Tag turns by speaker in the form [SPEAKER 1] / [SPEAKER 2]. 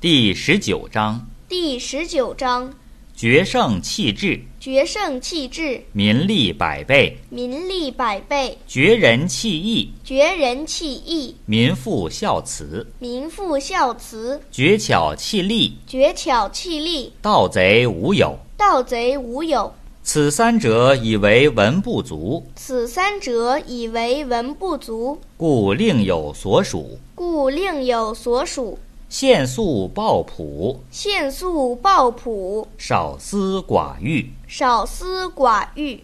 [SPEAKER 1] 第十九章：
[SPEAKER 2] 第十九章：
[SPEAKER 1] 决胜气质，
[SPEAKER 2] 决胜气质，
[SPEAKER 1] 民力百倍，
[SPEAKER 2] 民力百倍，
[SPEAKER 1] 绝人弃义，
[SPEAKER 2] 绝人弃义，
[SPEAKER 1] 民复孝慈，
[SPEAKER 2] 民复孝慈，
[SPEAKER 1] 绝巧弃利，
[SPEAKER 2] 绝巧弃利，
[SPEAKER 1] 盗贼无有。
[SPEAKER 2] 盗贼无有。
[SPEAKER 1] 此三者以为文不足，
[SPEAKER 2] 此三者以为文不足，
[SPEAKER 1] 故另有所属。
[SPEAKER 2] 故另有所属。
[SPEAKER 1] 限速抱朴，
[SPEAKER 2] 限速抱朴，
[SPEAKER 1] 少私寡欲。
[SPEAKER 2] 少私寡欲。